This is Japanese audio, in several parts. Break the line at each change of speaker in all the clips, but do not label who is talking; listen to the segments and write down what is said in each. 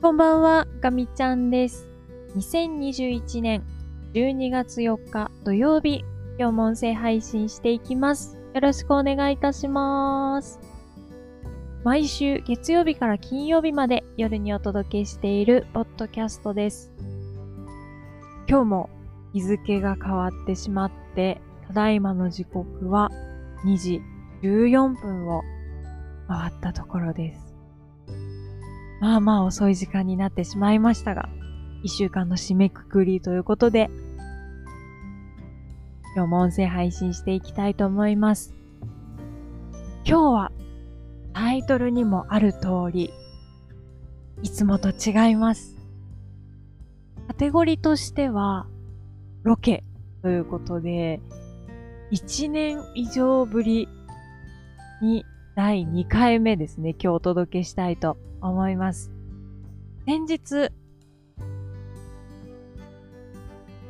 こんばんは、ガミちゃんです。2021年12月4日土曜日、今日も音声配信していきます。よろしくお願いいたします。毎週月曜日から金曜日まで夜にお届けしているポッドキャストです。今日も日付が変わってしまって、ただいまの時刻は2時14分を回ったところです。まあまあ遅い時間になってしまいましたが、一週間の締めくくりということで、今日も音声配信していきたいと思います。今日はタイトルにもある通り、いつもと違います。カテゴリーとしては、ロケということで、1年以上ぶりに第2回目ですね、今日お届けしたいと思います。先日、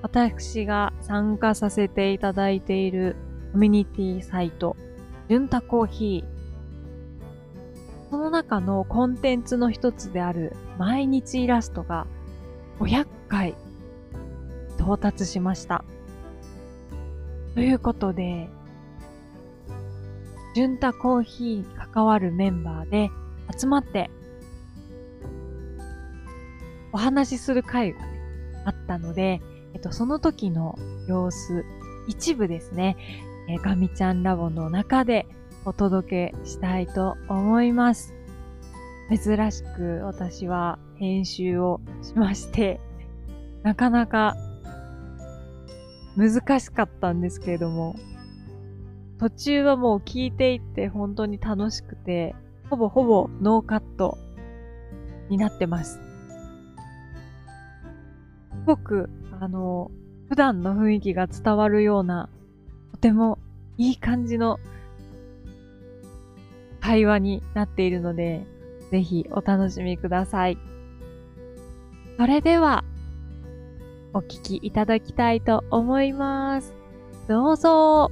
私が参加させていただいているコミュニティサイト、潤太コーヒー。その中のコンテンツの一つである毎日イラストが500回到達しました。ということで、潤太コーヒーに関わるメンバーで集まってお話しする会がねあったので、えっと、その時の様子、一部ですね、えーガミちゃんラボの中でお届けしたいと思います。珍しく私は編集をしまして、なかなか難しかったんですけれども、途中はもう聞いていって本当に楽しくて、ほぼほぼノーカットになってます。すごく、あの、普段の雰囲気が伝わるような、とてもいい感じの会話になっているので、ぜひお楽しみください。それでは、お聞きいただきたいと思います。どうぞ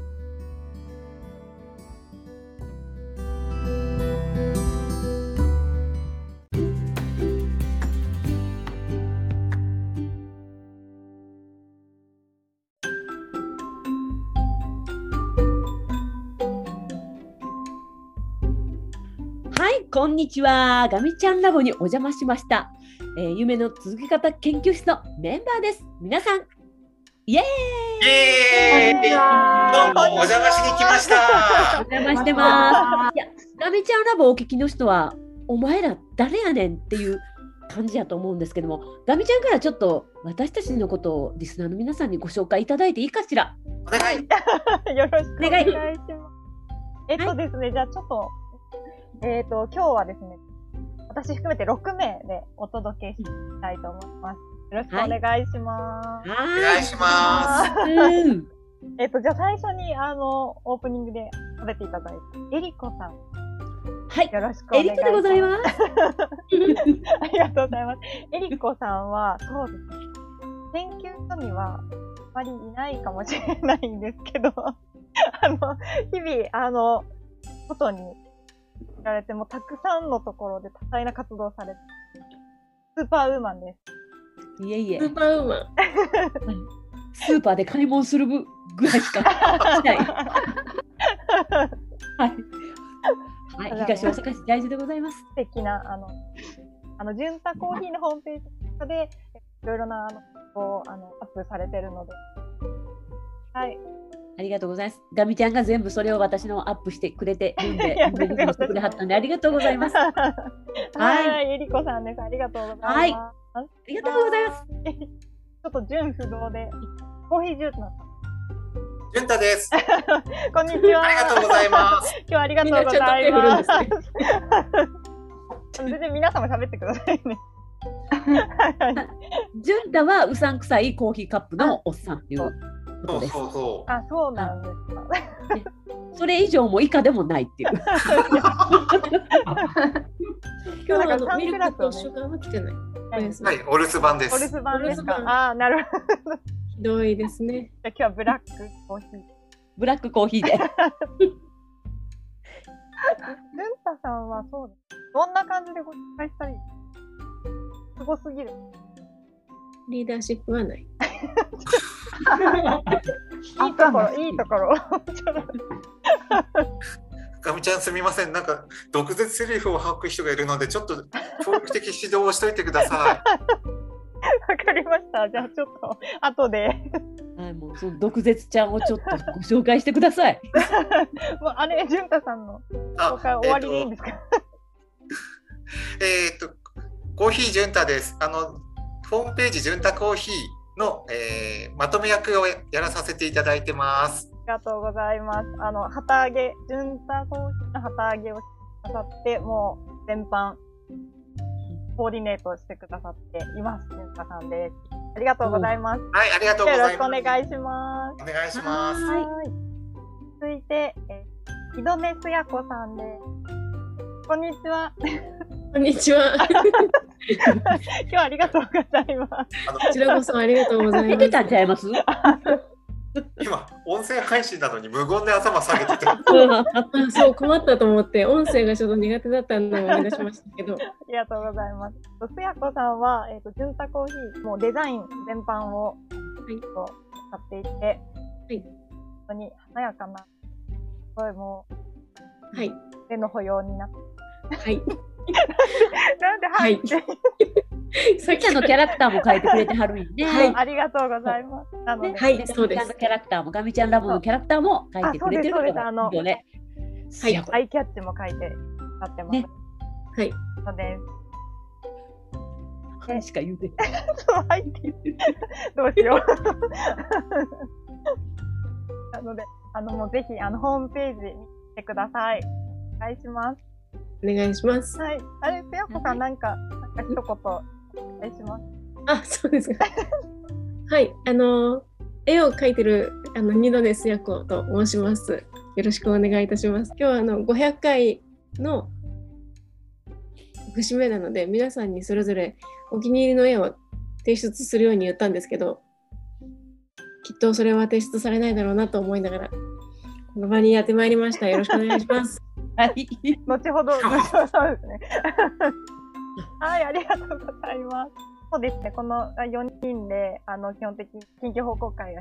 はい、こんにちは。ガミちゃんラボにお邪魔しました。えー夢の続け方研究室のメンバーです。皆さん、イエーイ
イエーイどうもお邪魔しに来まし
お
た
邪魔してます。いや、ガミちゃんラボをお聞きの人は、お前ら誰やねんっていう感じやと思うんですけども、ガミちゃんからちょっと私たちのことをリスナーの皆さんにご紹介いただいていいかしら。
お願い
よろしくお願いし
お
ます。えっとですね、じゃあちょっと、えっ、と、今日はですね、私含めて6名でお届けしたいと思います。よろしくお願いします。
お願い
は
します
い
ーい。うん。
えっと、じゃあ最初に、あの、オープニングで食べていただいた、えりこさん、
はい。
よろしくお願
エ
い
リッ
します。
クでございます。
す。ありがとうございます。えりこさんは、そうですね、研究所には、あまりいないかもしれないんですけど、 あの、日々、あの、外に行かれても、たくさんのところで多彩な活動をされて、スーパーウーマンです。
いえいえ
ス。ーパーウーマン。
スーパーで買い物するぐらいしかしない。はい。はい、東大阪市大事でございます。
素敵な、あの、あの、純太コーヒーのホームページとかで、いろいろな、あの、こう、あの、アップされてるので、はい。
ありがとうございます。ガミちゃんが全部それを私のアップしてくれてるんで
いや、
全部してくれはったんで、ありがとうございます。あ
はい。えりこさんです。ありがとうございます。
はいりがとうございます。
ちょっと純不動で、コーヒージュース の。
潤太ですあ
こんにちは。
りがとうござい ます
今日はありがとうございます。
みん
全然皆さんも喋ってくださいね。はいはい
ジュンタはうさんくさいコーヒーカップのおっさんっていうこ
そ
と
う
です。
そうそ
あ、そうなんですか。
それ以上も以下でもないっていう。
今日
今日
な
は
んか
のミ
サン
ルク
グラ
と
スをね
主眼は来てない。お
う
休み
はいお留守番で
お留
す
守番ですか
お留守。番
あー、なるほど。
ひどいですね。
じゃあ今日はブラックコーヒー。ルン
ブラックコーヒーで。
タさんはそうです。どんな感じでご紹介したらいいすごすぎる。
リーダーシップはない。
いいところ、いいところ。
かみちゃんすみません。なんか毒舌セリフを吐く人がいるので、ちょっと教育的指導をしといてくださ
わかりました。じゃあちょっと後で、
はい、もうその毒舌ちゃんをちょっとご紹介してください。
もうあれ潤太さんの
い。
紹介終わりでいいんですか？
えーっと、コーヒーじゅんたです。あの、ホームページじゅんたコーヒーの、えーまとめ役をやらさせていただいてます。
ありがとうございます。あの旗揚げ潤太コーヒーの旗揚げをしてくださって、もう全般コーディネートしてくださっています。潤太さんです。ありがとうございます。
はい、ありがとうご
よろ
ざ
し
い
くお
ます。
願いします。
お願いします。
はい
はい。続いて、えー、井戸目すやこさんです。こんにちは。
こんにちは。
今日はありがとうございます。
あの
こちらこそありがとうござい
出
ます
て。たんちゃいます？
今、音声配信なのに無言で頭下げ てた。
あそう困ったと思って音声がちょっと苦手だったのを思い出しましたけど、
ありがとうございます。すやこさんは、えっ、と、じゅんたコーヒー、もうデザイン全般を、
い
と使っていて、はい本当に華やかな、すごいも
はい、
う、手の保養になって。
はい、
なんで、
はい
って
さっ
ちゃんのキャラクターも変えてくれてはるんね。
はい
ありがとうございます。なので、
はい
で
そうです
ガミちゃんのキャラクターもガミちゃんラボのキャラクターも書いてくれてる
あそうですそうですあの
よね。
はい
いやこ
ア
れ
イキャッチも書いて、使ってます。
ね
はい、
ので、
話しか言うてない。
そう入ってるどうし よう。なので、あの、もうぜひ、あの、ホームページ見てください。お願いします。
お願いします。
はい。あれ、ペアコさ
は
ん、
い
なんか、なんか一言、お願いし ます。
あ、そうですか。はい、あの絵を描いてるあの二度ですやこと申します。よろしくお願いいたします。今日はあの500回の節目なので皆さんにそれぞれお気に入りの絵を提出するように言ったんですけど、きっとそれは提出されないだろうなと思いながらこの場にやってまいりました。よろしくお願いします。
はい。
後ほど、後ほどそうですね。 はい、ありがとうございます。そうですね、この4人で、あの、基本的に緊急報告会が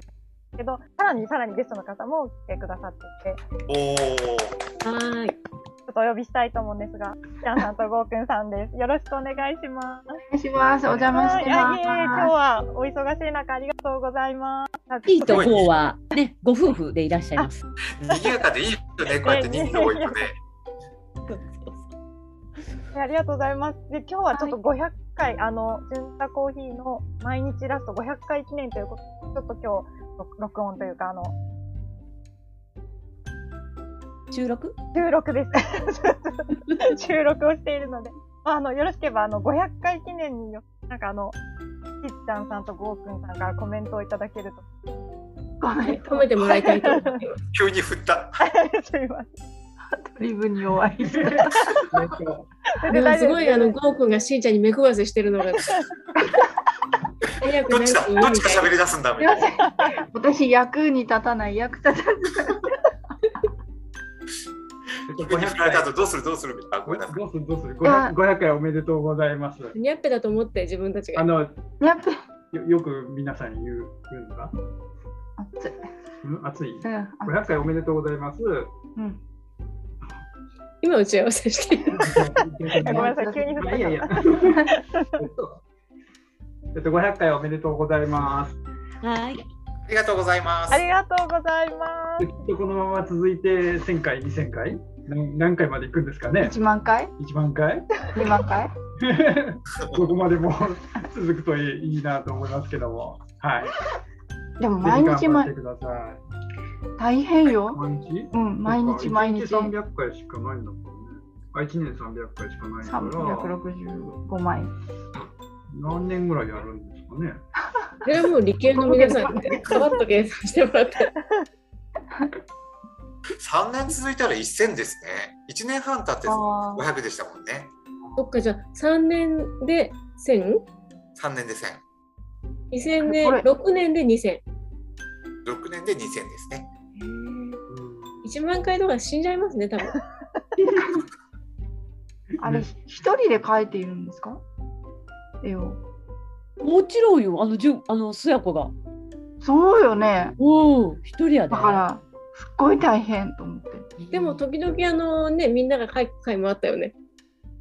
けど、さらにさらにゲストの方も来てくださってい
お
て、
ー。
はーい。
ちょっとお呼びしたいと思うんですが、ちゃんさんとゴーくんさんです。よろしくお願いします。
お願いします。お邪魔して
は
ま
い、
す。
いえいえ今日はお忙しい中ありがとうございます。
いいとこはね、ご夫婦でいらっしゃいます。
賑やかでいいよね、こうやって人数多いとね。
ありがとうございます。で今日はちょっと500回、あの純太コーヒーの毎日ラスト500回記念ということで、ちょっと今日録録音というかあの
収録？
収録です。 収録をしているので、まああのよろしければあの500回記念によなんかあのしっちゃんさんとゴーくんさんからコメントをいただけると。
ごめん、
褒めてもらいたいと思います。
急に振った。
すみま
ドリブに弱 い。
せん。
でもすごいあの
大丈夫です
ゴーくんがしんちゃんに目くわせしてるのが早
ど
く
っ
な
ちだどっちか喋り出すんだみ たいな。
私、役に立たない、役立たない。
急に振られた後どうするどうするあ、ごめんなさい。
どうするどうする 500, 500回おめでとうございます。
にゃっぺだと思って自分たち
あ
が
の
やっぱ、
よよく皆さんに言う言うんだ。
熱い。
うん、熱い。
うん、
500回おめでとうございます。
うん。
今打ち合わせしてる
ごめんなさい急に振った
いやいや。えっとえっと500回おめでとうございます。
はい。
ありがとうございます
あ。りがとうございま
きっとこのまま続いて1000回、2000回何何回まで行くんですかね
1万回
?1 万回
?2 万回
どこまでも続くといいいいなと思いますけども。はい。
でも、毎
ぜひ
日
頑張って
毎
ください。
大変よ。
毎日
うん、毎日毎日。
三百回しかないんだもんね。あ、一年三百回しかないから。
365枚。
何年ぐらいやるんですかね。
それはもう理系の皆さんでさらっと計算してもらって
3年続いたら1000ですね。1年半経って
あー
500でしたもんね。
そっかじゃあ3年で
3年で1000。
10002000年
これ
6年で2000
6年で2000ですね。
1万回とか死んじゃいますね多分
あれ、一人で書いているんですか絵を。
もちろんよ、あの、じゅん、あの、すやこが。
そうよね。
うん、一人やで。
だから、すっごい大変と思って。
でも時々あのねみんなが書く回もあったよね。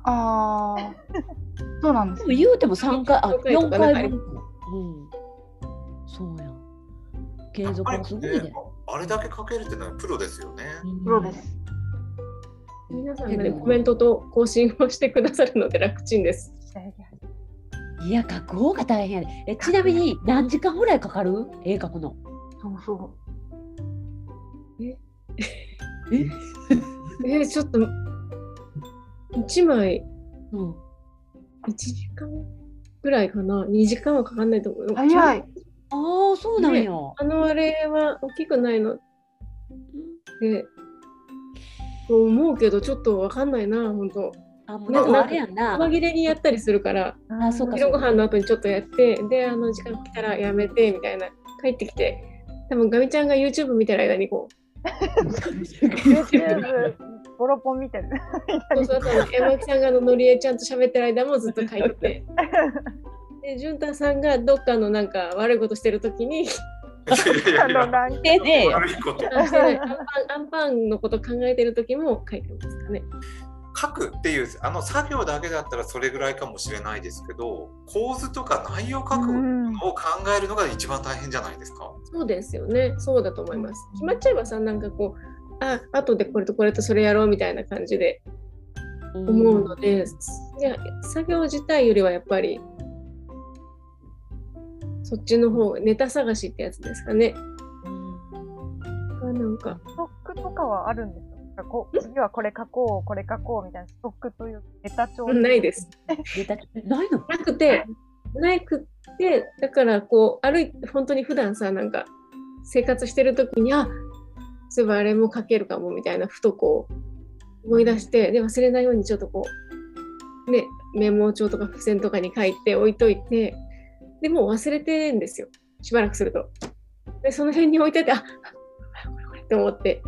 あ あ、そうなんです
でも言うても三回、あ
四、回と
四
かなんか
回
あり
分。うん。そうやん。継続
あれ
もすごいね。
あれだけ書けるってのはプロですよね。
プロです。
うん。
皆さんがねコメントと更新をしてくださるので楽ちんです。
いや、書く方が大変やで。え、ちなみに、何時間ぐらいかかる。絵描くの。
そうそ
えー、ちょっと1枚
うん。
1時間ぐらいかな2時間はかかんないと思う
う。。早い。
ああ、そうなんや。
あのあれは大きくないので。と思うけどちょっとわかんないな本当。
あ、もう、でもあれやんな。
細切れにやったりするから。
あ、そうか。
昼
そう
ご
か
飯の後にちょっとやってであの時間来たらやめてみたいな帰ってきて多分ガミちゃんが YouTube 見てる間にこう
YouTube、ゴロポン見てる。
そうそうそう山木さんがあののりえちゃんと喋ってる間もずっと書いててで潤太さんがどっかのなんか悪いことしてる時に
いや
あ
い やい
の、
や
なんか、
でね
悪いこと
あしてないアンパンアンパンのこと考えてる時も書いてますかね
書くっていうあの作業だけだったらそれぐらいかもしれないですけど構図とか内容書くの
うん
を考えるのが一番大変じゃないですか。
そうですよねそうだと思います決まっちゃえばさなんかこうあ後でこれとこれとそれやろうみたいな感じで思うので、いや作業自体よりはやっぱりそっちの方ネタ探しってやつですかね。あなんか
ストックとかはあるんですかなんかこう次はこれ書こう、これ書こうみたいなストックというネタ帳。
ないです。
ネタないの。
なくてなくてだからこう歩い本当に普段さなんか生活してる時にあそういえばあれも書けるかもみたいなふとこう思い出してで忘れないようにちょっとこうねメモ帳とか付箋とかに書いて置いといてでもう忘れてんですよしばらくすると。でその辺に置いててああこれこれこれって思って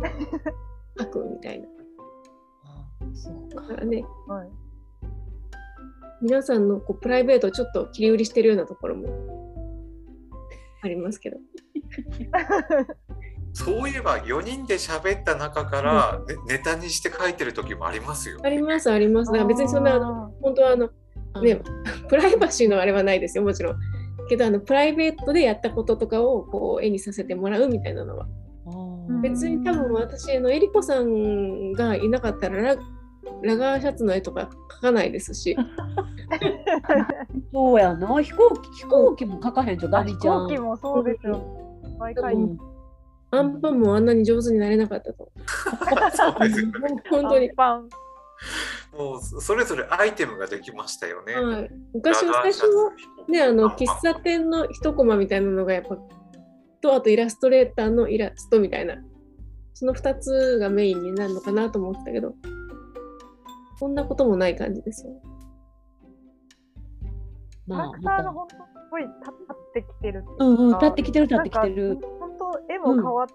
書くみたいな。
あそう
だ
か。
からね
はい。
皆さんのこうプライベートをちょっと切り売りしてるようなところもありますけど。
そういえば4人で喋った中からねネタにして書いてる時もありますよ。
ありますあります。だから別にそんなあの
あ
本当はあのね プライバシーのあれはないですよもちろん。けどあのプライベートでやったこととかをこう絵にさせてもらうみたいなのは
あ
うん
ー
別に多分私あのえりこさんがいなかったらララガーシャツの絵とか描かないですし
そうやな。飛行機、飛行機も書かへんじゃん、ガ
ー。
ミ
飛
ちゃん。
行機もそうですよ。毎回。
うんアンパンもあんなに上手になれなかったと。
そうですよね
本当に
アン。パン。
もうそそれぞれアイテムができましたよね。
はい、昔は
ラガ
最
ーシャ
初
ツ
はねあの
あ
喫茶店の一コマみたいなのがやっぱとあとイラストレーターのイラストみたいなその2つがメインになるのかなと思ってたけどそんなこともない感じですよね。
キャ
ま
ラ
あ、
クタ
ま
ーが
た。
本当すごい立ってきてるっていうか。
うんうん、立ってきてる、立ってきて
なん
る。
か本当絵も変わって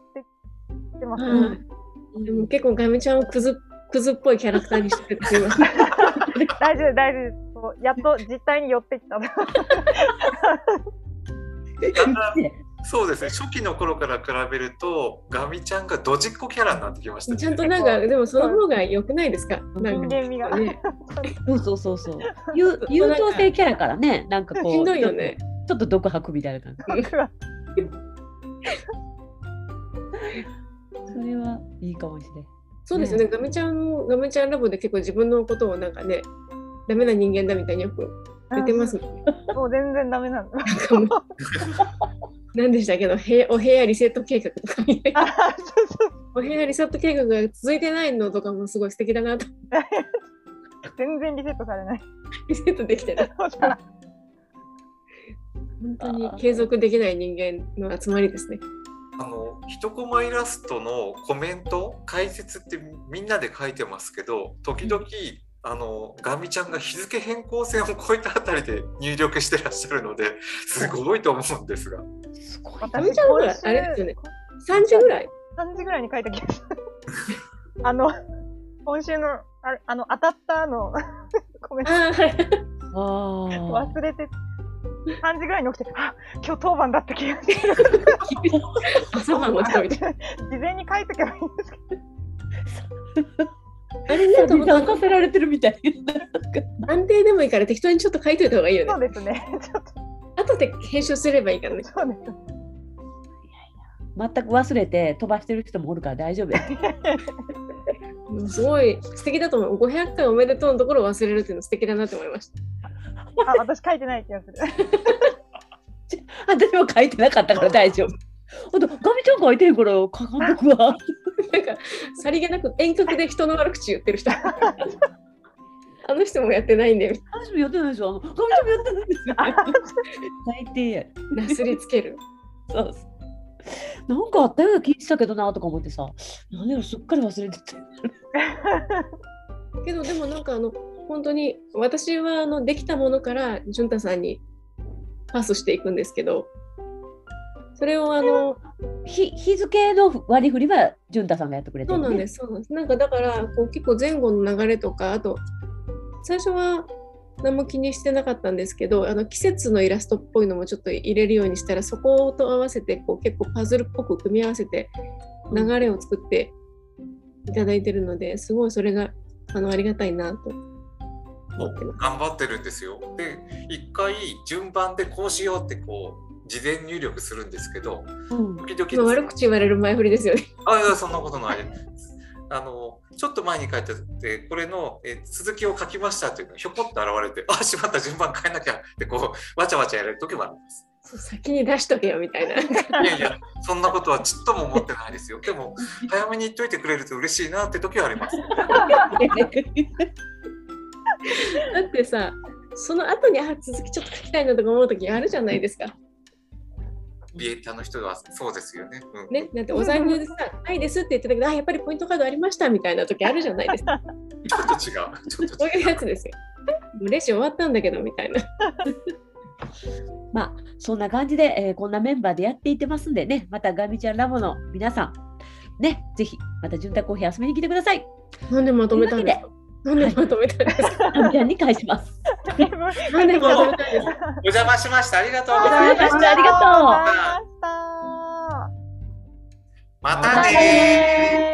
きてますよ
は
ね。
い、でも結構ガミちゃんをクズクズっぽいキャラクターにしててすいません
大丈夫大丈夫ですこう。やっと実態に寄ってきた。
そうですね初期の頃から比べるとガミちゃんがドジっ子キャラになってきましたね。
ちゃんとなんかでもその方が良くないですかな
人
んか
間味 が。
ね
そうそうそう そう。優優等生キャラからね、なんかこう。
しんどいよね。
ちょっと毒吐くみたいな感じ。
僕は
それはいいかもしれん。
そうですよね、ガミちゃんもガミちゃんラボで結構自分のことをなんかねダメな人間だみたいによく言ってますもんね
もう全然ダメなの。
なんかもう 何でしたっけどへお部屋リセット計画とかみたいな
あそうそう
お部屋リセット計画が続いてないのとかもすごい素敵だな と
全然リセットされない。
リセットできてた本当に継続できない人間の集まりですね
あの一コマイラストのコメント解説ってみんなで書いてますけど時々、あのガミちゃんが日付変更線を越えたあたりで入力してらっしゃるのですごいと思うんですが
すごい。
ダメちゃんほらあれですよね3時ぐらい
3時ぐらいに書いてきました。あの、今週の、あれあの、当たったの コメント
ああはい
ああ。
忘れて、3時ぐらいに起きて、あ今日当番だった気がして、
朝晩の人みたいな。
事前に書いとけばいいんですけど、
あれなんか
旅
本当
させられてるみたい。
安定でもいいから適当にちょっと書いといた方がいいよね
そう。ですね。ちょっと、
後で編集すればいいからね。
そうです。
全く忘れて飛ばしてる人もおるから大丈夫や。
すごい素敵だと思う。500回おめでとうのところを忘れるっていうの素敵だなと思いました。
あ、私書いてない気がする。
私も書いてなかったから大丈夫。ほんと、ガミちゃん書いてへんから、かかんとくわ。
なんかさりげなく遠隔で人の悪口言って る人。あの人もやってないんで、
私もやってないでしょ。あのガミちゃんもやってないんですよ。最低や。
なすりつける。
そうそうなんかあったような気したけどなとか思ってさ、なんでもすっかり忘れてて。
けどでもなんかあの本当に私はあのできたものから潤太さんにパスしていくんですけどそれをあの
日日付の割り振りは潤太さんがやってくれて。
そうなんですすそうなんですなんかだからこう結構前後の流れとかあと最初は何も気にしてなかったんですけどあの季節のイラストっぽいのもちょっと入れるようにしたらそこと合わせてこう結構パズルっぽく組み合わせて流れを作っていただいてるのですごいそれがあのありがたいなと思ってます。
頑張ってるんですよ。で一回順番でこうしようってこう事前入力するんですけど
うん
時々
今悪口言われる前振りですよね。
あいやそんなことない。あのちょっと前に書いてあってこれのえ続きを書きましたというのがひょこっと現れてあしまった順番変えなきゃってこうわちゃわちゃやれる時もあります。
そう先に出しとけよみ たいな。
いやいやそんなことはちっとも思ってないですよ。でも早めに言っといてくれると嬉しいなって時はあります。
だってさ、その後にあ続きちょっと書きたいなとか思う時あるじゃないですか。
ビエッタの人はそうですよね。うん
ね、だってお財布でさ、ないですって言ってたけど、あ、やっぱりポイントカードありましたみたいな時あるじゃないですか。
ちょっと違う。ちょっと
そう
違う
いうや つですよ。もうレジ終わったんだけどみたいな。
まあそんな感じで、えーこんなメンバーでやっていってますんでね、またガミちゃんラボの皆さん、ね、ぜひまた潤太コーヒー遊びに来てください。
なんでまとめたんですかなんでまとめたんですか
ガミちゃんに返します。
なんでまと めたんですか
お邪魔しました。ありがとうご
お
ざ
邪魔
いま
しありがと
し
う
ありがとうございまし
た。また
た。
ねー。